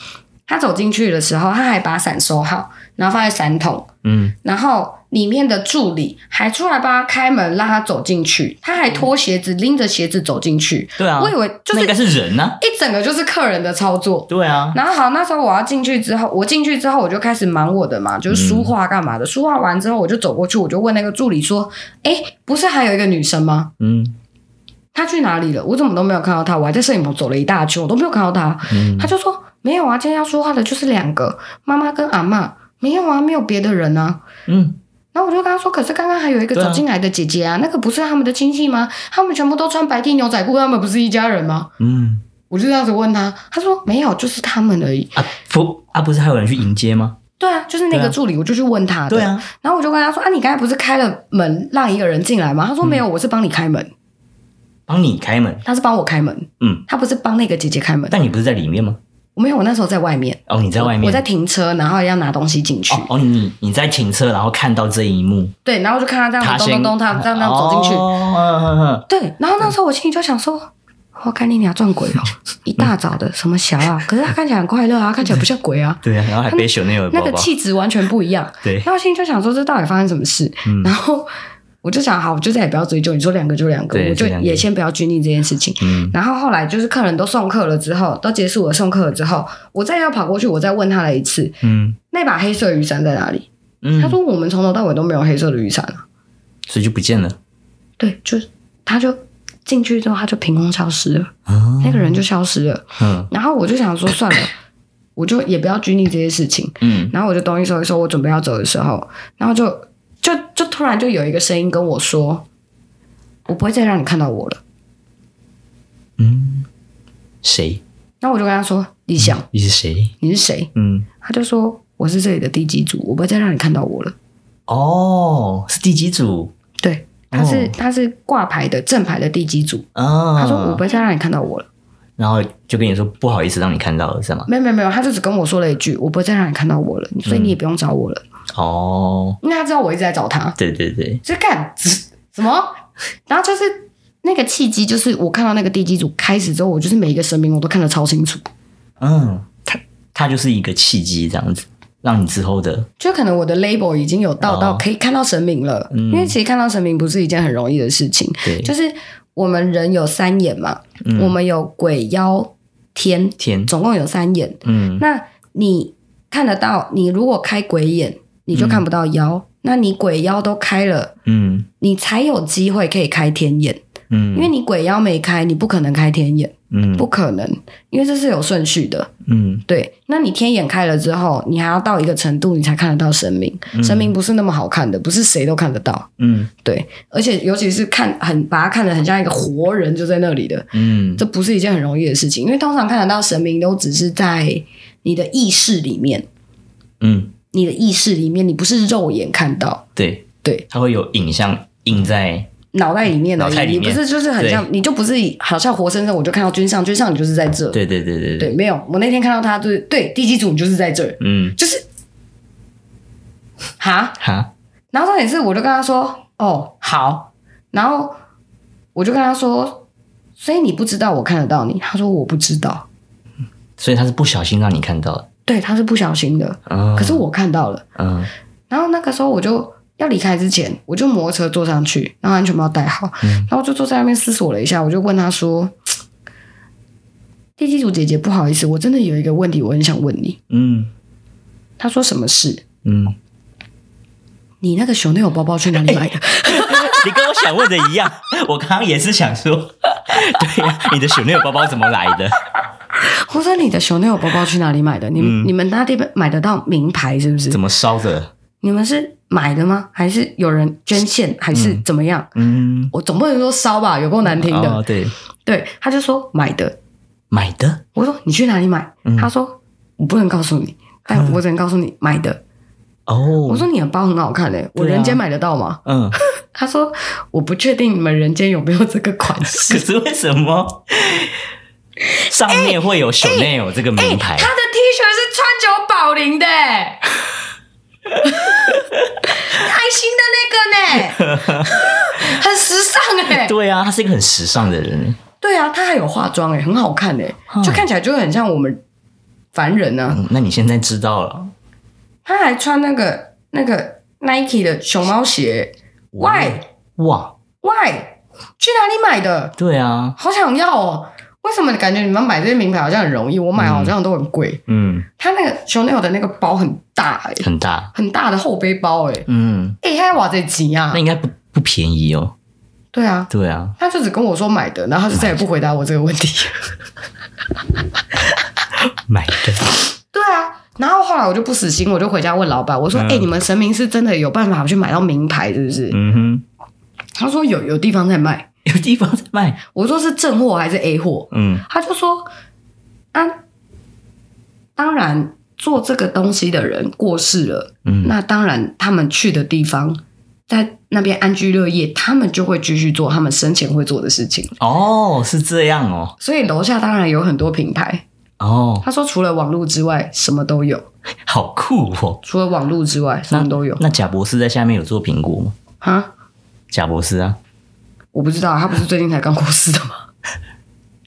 S2: 他走进去的时候，他还把伞收好，然后放在伞桶，
S1: 嗯
S2: 然后里面的助理还出来帮他开门，让他走进去，他还脱鞋子，拎着鞋子走进去。
S1: 对啊
S2: 我以为就
S1: 那
S2: 是
S1: 应该是人呐、啊，
S2: 一整个就是客人的操作。
S1: 对啊，
S2: 然后好，那时候我要进去之后，我进去之后我就开始忙我的嘛，就是书画干嘛的。书画完之后，我就走过去，我就问那个助理说：“哎，不是还有一个女生吗？
S1: 嗯
S2: 她去哪里了？我怎么都没有看到她？我还在摄影棚走了一大圈，我都没有看到她。她就说：“没有啊，今天要说话的就是两个妈妈跟阿嬷，没有啊，没有别的人啊。”
S1: 嗯
S2: 然后我就跟她说：“可是刚刚还有一个
S1: 对啊
S2: 走进来的姐姐啊，那个不是他们的亲戚吗？他们全部都穿白 T 牛仔裤，他们不是一家人吗
S1: 嗯？”
S2: 我就这样子问她，她说：“没有，就是他们而已。”
S1: 啊不啊不是还有人去迎接吗？
S2: 对啊，就是那
S1: 对
S2: 个
S1: 啊
S2: 助理，我就去问他的。
S1: 对啊，
S2: 然后我就跟他说：“啊，你刚才不是开了门让一个人进来吗？”他
S1: 嗯
S2: 说：“没有，我是帮你开门，
S1: 帮你开门，
S2: 他是帮我开门，
S1: 嗯，
S2: 他不是帮那个姐姐开门。
S1: 但你不是在里面吗？
S2: 我没有，我那时候在外面，
S1: 哦，你在外面，
S2: 我在停车，然后要拿东西进去。
S1: 哦哦，你你在停车，然后看到这一幕，
S2: 对，然后我就看他这样
S1: 他
S2: 子
S1: 先嗯
S2: 咚咚咚，他这样这样走进去。
S1: 哦嗯嗯嗯
S2: 对，然后那时候我心里就想说。”我看你俩撞鬼 哦！一大早的什么小啊？可是他看起来很快乐啊，看起来不像鬼啊。
S1: 对啊，然后还背 Chanel 的
S2: 那
S1: 包
S2: 个
S1: 包，
S2: 气质完全不一样。
S1: 对嗯
S2: 然后我心里就想说，这到底发生什么事？然后我就想，好，我就再也不要追究。你说两个就两个
S1: 对，
S2: 我就
S1: 就两个
S2: 也先不要拘泥这件事情。
S1: 嗯
S2: 然后后来就是客人都送客了之后，都结束了送客了之后，我再要跑过去，我再问他了一次，
S1: 嗯
S2: 那把黑色的雨伞在哪里？
S1: 嗯，
S2: 他说我们从头到尾都没有黑色的雨伞啊。
S1: 所以就不见了
S2: 对，就他就进去之后，他就凭空消失了，
S1: 啊，
S2: 那个人就消失了。
S1: 嗯
S2: 然后我就想说，算了，我就也不要拘泥这些事情。
S1: 嗯
S2: 然后我就东西收一收，我准备要走的时候，然后就就就突然就有一个声音跟我说：“我不会再让你看到我了。
S1: 嗯，谁？”
S2: 然后我就跟他说：“李想，
S1: 你是谁？
S2: 你是谁
S1: 嗯，？”
S2: 他就说：“我是这里的地基组，我不会再让你看到我了。
S1: 哦，是第几组”
S2: 对，他是、
S1: 哦
S2: 他是挂牌的正牌的地基组，
S1: 啊？
S2: 他说：“我不，会再让你看到我了。
S1: 然后就跟你说不好意思让你看到了是吗？
S2: 没有没有没有，他就只跟我说了一句：“我不会再让你看到我了，所以你也不用找我
S1: 嗯
S2: 了。
S1: 哦，
S2: 因为他知道我一直在找他。
S1: 对对对，
S2: 就干什么？然后就是那个契机，就是我看到那个地基组开始之后，我就是每一个神明我都看得超清楚。
S1: 嗯，它它就是一个契机这样子，让你之后的
S2: 就可能我的 label 已经有到
S1: 哦
S2: 到可以看到神明了，
S1: 嗯
S2: 因为其实看到神明不是一件很容易的事情，
S1: 对嗯
S2: 就是我们人有三眼嘛，我们有鬼、妖、天，
S1: 天，
S2: 总共有三眼。
S1: 嗯
S2: 那你看得到，你如果开鬼眼，你就看不到妖；那你鬼妖都开了，
S1: 嗯
S2: 你才有机会可以开天眼，
S1: 嗯，
S2: 因为你鬼妖没开，你不可能开天眼。
S1: 嗯
S2: 不可能，因为这是有顺序的。
S1: 嗯
S2: 对，那你天眼开了之后，你还要到一个程度，你才看得到神明。神明不是那么好看的，不是谁都看得到。
S1: 嗯
S2: 对，而且尤其是看很把它看得很像一个活人就在那里的，
S1: 嗯
S2: 这不是一件很容易的事情。因为通常看得到神明都只是在你的意识里面，
S1: 嗯，
S2: 你的意识里面，你不是肉眼看到，
S1: 对，
S2: 对，
S1: 它会有影像印在，
S2: 脑袋里面而
S1: 脑袋里
S2: 已。你
S1: 面
S2: 不是就是很像，你就不是好像活生生，我就看到君上，君上你就是在这。
S1: 对对对对
S2: 对，，没有，我那天看到他就是对第几组你就是在这儿。
S1: 嗯，
S2: 就是哈，
S1: 哈，
S2: 然后重点是，我就跟他说，哦，好，然后我就跟他说，所以你不知道我看得到你，他说我不知道，
S1: 所以它是不小心让你看到的，
S2: 对，他是不小心的，
S1: 啊，
S2: 可是我看到了，
S1: 嗯
S2: 然后那个时候我就。要离开之前，我就摩托车坐上去，然后安全帽戴好，然后我就坐在那边思索了一下，我就问他说：“第七组姐姐，不好意思，我真的有一个问题，我很想问你。
S1: 嗯”
S2: 他说：“什么事？
S1: 嗯，
S2: 你那个熊那有包包去哪里买的？”
S1: 哎 你跟我想问的一样， 我刚刚也是想说， 对呀、你的雪内包包怎么来的？
S2: 或者你的熊 l 包包去哪里买的？你们、你们那地方买得到名牌是不是
S1: 嗯怎？么烧的？
S2: 你们是买的吗？还是有人捐献，还是怎么样？
S1: 嗯，
S2: 我总不能说烧吧，有够难听的。
S1: 哦，对，
S2: 对，他就说买的。
S1: 买的，
S2: 我说你去哪里买？
S1: 嗯
S2: 他说我不能告诉你，但我只能告诉你买的。
S1: 哦，
S2: 我说你的包很好看嘞、欸我
S1: 啊
S2: 人间买得到吗？
S1: 嗯，
S2: 他说我不确定你们人间有没有这个款
S1: 可
S2: 式。
S1: 是为什 么上面会有 Chanel 这个名牌？
S2: 哎他的 T 恤是川久保玲的、 欸，爱心的那个呢、 很时尚哎、
S1: 对啊，他是一个很时尚的人。
S2: 对啊，他还有化妆哎、很好看哎、
S1: 嗯
S2: 就看起来就很像我们凡人呢、啊。
S1: 嗯，那你现在知道了？
S2: 他还穿那个那个 Nike 的熊猫鞋、喂
S1: 哇，
S2: 喂，去哪里买的？
S1: 对啊，
S2: 好想要哦！为什么感觉你们买这些名牌好像很容易，我买好像都很贵？
S1: 嗯，
S2: 他那个 Chanel 的那个包很大哎、
S1: 很大，
S2: 很大的后背包哎、
S1: 嗯，
S2: 哎、欸，他哇这急啊
S1: 那！应该不不便宜哦。
S2: 对啊，
S1: 对啊，
S2: 他就只跟我说买的，然后他就再也不回答我这个问题。
S1: 买的，
S2: 对啊，然后后来我就不死心，我就回家问老板，我说：“哎、
S1: 嗯
S2: 你们神明是真的有办法去买到名牌是不是？”
S1: 嗯哼，
S2: 他说有有地方在卖，
S1: 有地方在卖，
S2: 我说是正货还是 A 货？
S1: 嗯
S2: 他就说：“啊，当然做这个东西的人过世了，
S1: 嗯
S2: 那当然他们去的地方。”在那边安居乐业，他们就会继续做他们生前会做的事情，
S1: 哦，是这样哦，
S2: 所以楼下当然有很多平台，
S1: 哦，
S2: 他说除了网络之外，什么都有。
S1: 好酷哦！
S2: 除了网络之外，什么都有
S1: 那贾博士在下面有做苹果吗？
S2: 啊！
S1: 贾博士啊，
S2: 我不知道，他不是最近才刚过世的 吗？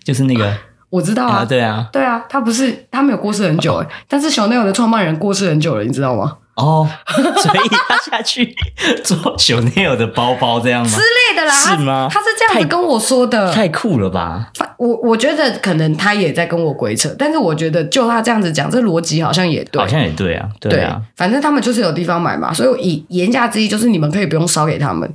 S1: 就是那个
S2: 我知道
S1: 啊，
S2: 啊，
S1: 对啊，
S2: 欸对啊，他不是他没有过世很久哎、但是 Chanel 的创办人过世很久了，你知道吗？
S1: 哦，所以他下去 做 Chanel 的包包这样吗
S2: 之？类的啦。
S1: 是吗
S2: 他他是这样子
S1: 太
S2: 跟我说的。
S1: 太酷了吧！
S2: 反我我觉得可能他也在跟我鬼扯，但是我觉得就他这样子讲，这逻辑好像也对。
S1: 好像也对啊，对
S2: 对
S1: 啊，，
S2: 反正他们就是有地方买嘛，所以我以言下之意就是你们可以不用烧给他们，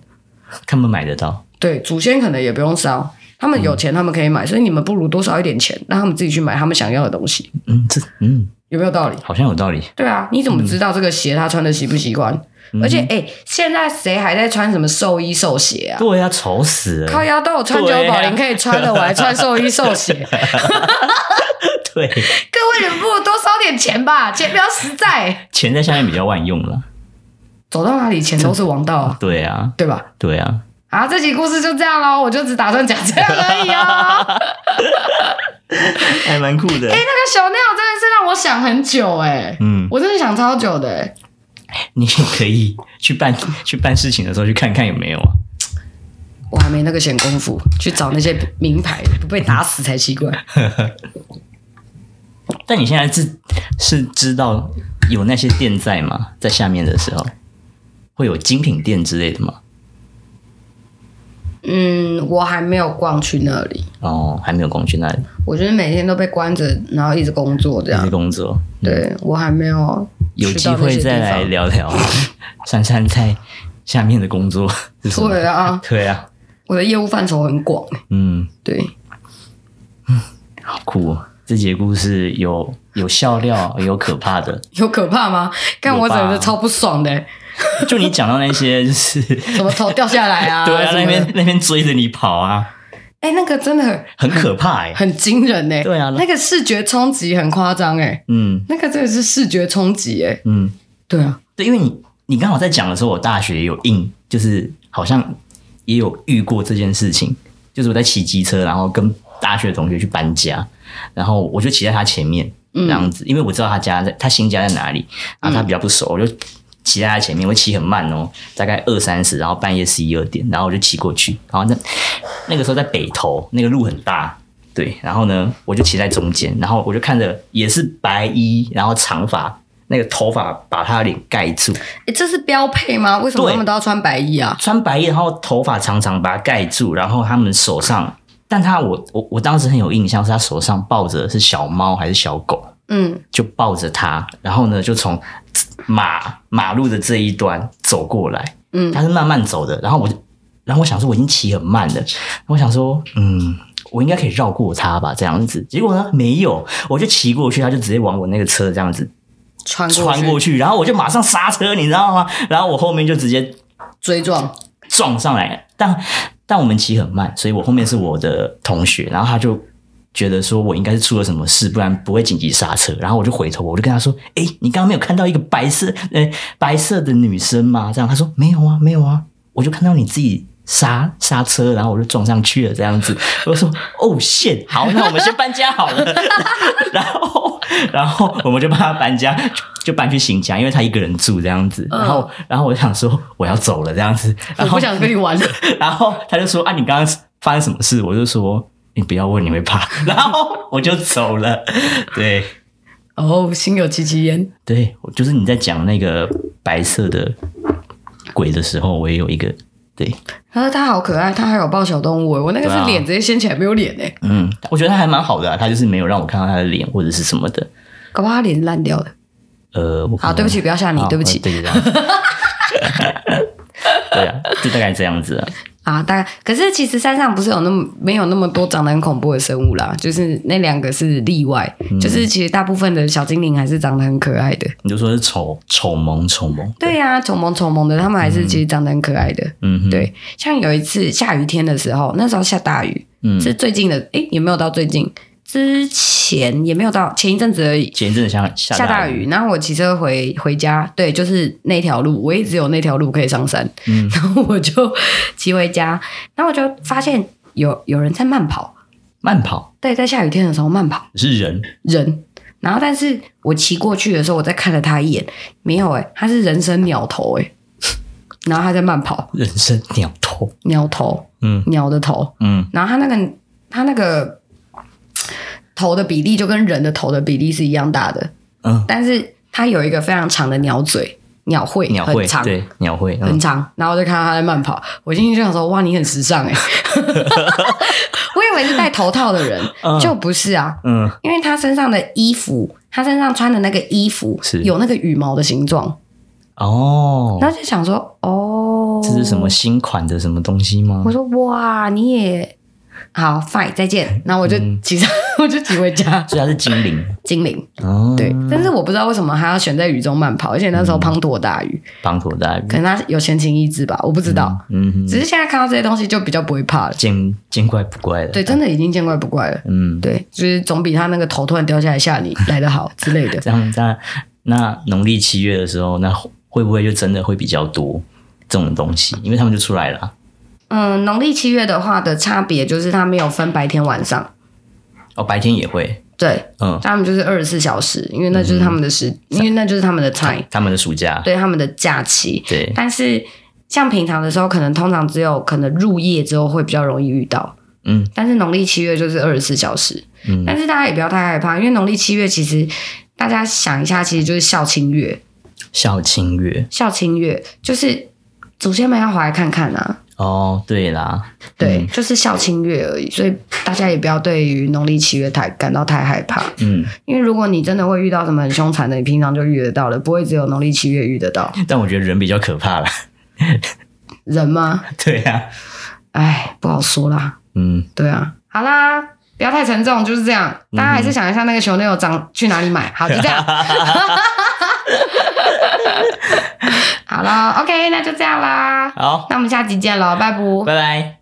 S1: 他们买得到。
S2: 对，祖先可能也不用烧，他们有钱他们可以买，所以你们不如多烧一点钱，让他们自己去买他们想要的东西，
S1: 嗯，这嗯，
S2: 有没有道理？
S1: 好像有道理。
S2: 对啊，你怎么知道这个鞋他穿的习不习惯？而且哎、诶现在谁还在穿什么寿衣寿鞋啊？
S1: 对啊，愁死了。
S2: 靠腰都有穿九
S1: 对啊
S2: 宝林可以穿的，我还穿寿衣寿 鞋。
S1: 对，
S2: 各位，你们不如多烧点钱吧，钱比较实在。
S1: 钱在下面比较万用了。
S2: 走到哪里钱都是王道啊，
S1: 对啊，
S2: 对吧？
S1: 对啊，
S2: 好，这集故事就这样喽，我就只打算讲这样而已 哦。
S1: 还蛮酷的。
S2: 哎、那个小鸟真的是让我想很久哎、
S1: 嗯，
S2: 我真的想超久的、欸，
S1: 你也可以去办去办事情的时候去看看有没有啊。
S2: 我还没那个闲工夫去找那些名牌，不被打死才奇怪。
S1: 但你现在是是知道有那些店在吗？在下面的时候会有精品店之类的吗？
S2: 嗯，我还没有逛去那里，
S1: 哦，还没有工去那里，
S2: 我就是每天都被关着，然后一直工作这
S1: 还
S2: 样
S1: 是。工作。
S2: 对我还没有
S1: 嗯有
S2: 去
S1: 机
S2: 到那
S1: 会
S2: 些
S1: 再
S2: 地
S1: 来
S2: 方。
S1: 聊聊珊珊在下面的工作是什么？
S2: 对啊，
S1: 对啊，
S2: 我的业务范畴很广、欸。
S1: 嗯，
S2: 对，
S1: 好酷、哦。这节故事有有笑料，有可怕的。
S2: 有可怕吗？看
S1: 有
S2: 我
S1: 吧
S2: 整个超不爽的欸、
S1: 就你讲到那些，就是、
S2: 什么头掉下来啊，
S1: 对啊，
S2: 什
S1: 那
S2: 么的
S1: 边那边追着你跑啊，
S2: 哎、那个真的很
S1: 很可怕 哎、
S2: 很惊人呢、欸。
S1: 对啊
S2: 那个视觉冲击很夸张哎，
S1: 嗯
S2: 那个真的是视觉冲击哎。
S1: 嗯，
S2: 对啊，
S1: 对，因为你你刚好在讲的时候，我大学也有印，就是好像也有遇过这件事情，就是我在骑机车，然后跟大学同学去搬家，然后我就骑在他前面这样子，因为我知道他家在他新家在哪里，然后他比较不熟，我就。骑在他前面，我骑很慢哦，大概二三十，然后半夜十一二点，然后我就骑过去，然后那那个时候在北投，那个路很大，对，然后呢，我就骑在中间，然后我就看着也是白衣，然后长发，那个头发把他的脸盖住，
S2: 哎，这是标配吗？为什么
S1: 对
S2: 他们都要穿白衣啊？
S1: 穿白衣，然后头发长长把它盖住，然后他们手上，但他我我我当时很有印象，是他手上抱着是小猫还是小狗，
S2: 嗯，
S1: 就抱着它，然后呢就从马马路的这一端走过来，
S2: 嗯
S1: 他是慢慢走的，然后我就，然后我想说我已经骑很慢了，我想说嗯。我应该可以绕过他吧，这样子。结果呢，没有，我就骑过去，他就直接往我那个车这样子
S2: 穿过
S1: 穿过
S2: 去
S1: 去，然后我就马上刹车，你知道吗？然后我后面就直接
S2: 追撞，
S1: 撞上来，但但我们骑很慢，所以我后面是我的同学，然后他就觉得说我应该是出了什么事，不然不会紧急刹车。然后我就回头，我就跟他说：“诶，你刚刚没有看到一个白色呃白色的女生吗？”这样他说：“没有啊，没有啊，我就看到你自己。”刹刹车，然后我就撞上去了，这样子。我就说：“哦，shit，好，那我们先搬家好了。” 然后，然后我们就帮他搬家，就就搬去新家，因为他一个人住这样子。然后，然后我就想说我要走了这样子。
S2: 我
S1: 然后
S2: 不想跟你玩了。
S1: 然后他就说：“啊，你刚刚发生什么事？”我就说：“你不要问，你会怕。” 然后我就走了。对
S2: 哦，心有戚戚焉。
S1: 对，我就是你在讲那个白色的鬼的时候，我也有一个对，
S2: 他说他好可爱，他还有抱小动物欸。我那个
S1: 对
S2: 是
S1: 啊
S2: 脸直接掀起来，没有脸哎，
S1: 嗯，我觉得他还蛮好的、啊，他就是没有让我看到他的脸或者是什么的。
S2: 搞不好他脸烂掉的。
S1: 呃，我可
S2: 好，
S1: 能
S2: 啊对不起，，不要吓你
S1: 好，
S2: 对不起
S1: 呃对对对。对 啊，就大概这样子啊。
S2: 啊。大概可是其实山上不是有那么没有那么多长得很恐怖的生物啦，就是那两个是例外，就是其实大部分的小精灵还是长得很可爱的。
S1: 你就说是丑丑萌丑萌，
S2: 对呀、啊，丑萌丑萌的，他们还是其实长得很可爱的。
S1: 嗯哼，
S2: 对，像有一次下雨天的时候，那时候下大雨，
S1: 嗯
S2: 是最近的，诶，也没有到最近，之前也没有到前一阵子而已。
S1: 前一阵子下下
S2: 下大
S1: 雨，
S2: 雨，然后我骑车回回家，对，就是那条路，我也只有那条路可以上山，
S1: 嗯
S2: 然后我就骑回家，然后我就发现有有人在慢跑，
S1: 慢跑
S2: 对，在下雨天的时候慢跑
S1: 是人
S2: 人，然后但是我骑过去的时候，我再看了他一眼，没有诶、他是人生鸟头诶、然后他在慢跑，
S1: 人生鸟头，
S2: 鸟头，
S1: 嗯
S2: 鸟的头，
S1: 嗯，
S2: 然后它那个它那个头的比例就跟人的头的比例是一样大的，
S1: 嗯
S2: 但是它有一个非常长的鸟嘴，鸟会，
S1: 鸟
S2: 很
S1: 会
S2: 长，
S1: 对鸟会，嗯
S2: 很长，然后我就看到他在慢跑，我心里就想说，哇，你很 时尚哎、我以为是戴头套的人，
S1: 嗯
S2: 就不是啊，
S1: 嗯，
S2: 因为他身上的衣服，他身上穿的那个衣服
S1: 是
S2: 有那个羽毛的形状，
S1: 哦，
S2: 然后就想说，哦，
S1: 这是什么？新款的什么东西吗
S2: 我？说哇，你也好，fine，再见。然后我就骑上， 我就骑回家。
S1: 所以它是精灵
S2: 精灵
S1: 哦，
S2: 对，但是我不知道为什么他要选在雨中慢跑，而且那时候滂沱大雨，
S1: 绑口袋，
S2: 可能他有闲情逸致吧，我不知道。
S1: 嗯哼，
S2: 只是现在看到这些东西就比较不会怕了。
S1: 见见怪不怪的，
S2: 对，真的已经见怪不怪了。
S1: 嗯，
S2: 对，就是总比他那个头突然掉下来吓你来得好之类 的。
S1: 这样那那农历七月的时候，那会不会就真的会比较多这种东西？因为他们就出来了啊。
S2: 嗯，农历七月的话的差别就是它没有分白天晚上，
S1: 哦，白天也会，
S2: 对
S1: 嗯，
S2: 他们就是二十四小时，因为那就是他们的时，因为那就是他们的 time，
S1: 他们的暑假，
S2: 对他们的假期。
S1: 对，
S2: 但是像平常的时候，可能通常只有可能入夜之后会比较容易遇到。
S1: 嗯，
S2: 但是农历七月就是二十四小时，
S1: 嗯
S2: 但是大家也不要太害怕，因为农历七月其实大家想一下，其实就是孝亲月，
S1: 校庆月。
S2: 孝亲月就是祖先们要回来看看啊，
S1: 哦，对啦，
S2: 对，就是孝亲月而已，所以大家也不要对于农历七月太感到太害怕，
S1: 嗯，
S2: 因为如果你真的会遇到什么很凶残的，你平常就遇得到了，不会只有农历七月遇得到
S1: 但我觉得人比较可怕啦。
S2: 人吗？
S1: 对呀、啊，
S2: 哎，不好说啦，
S1: 嗯，
S2: 对啊，嗯好啦，不要太沉重，就是这样，大家还是想一下那个熊六长去哪里买，好，就这 样，好啦 o k 那就这样啦，
S1: 好，
S2: 那我们下集见喽，拜拜。
S1: 拜拜。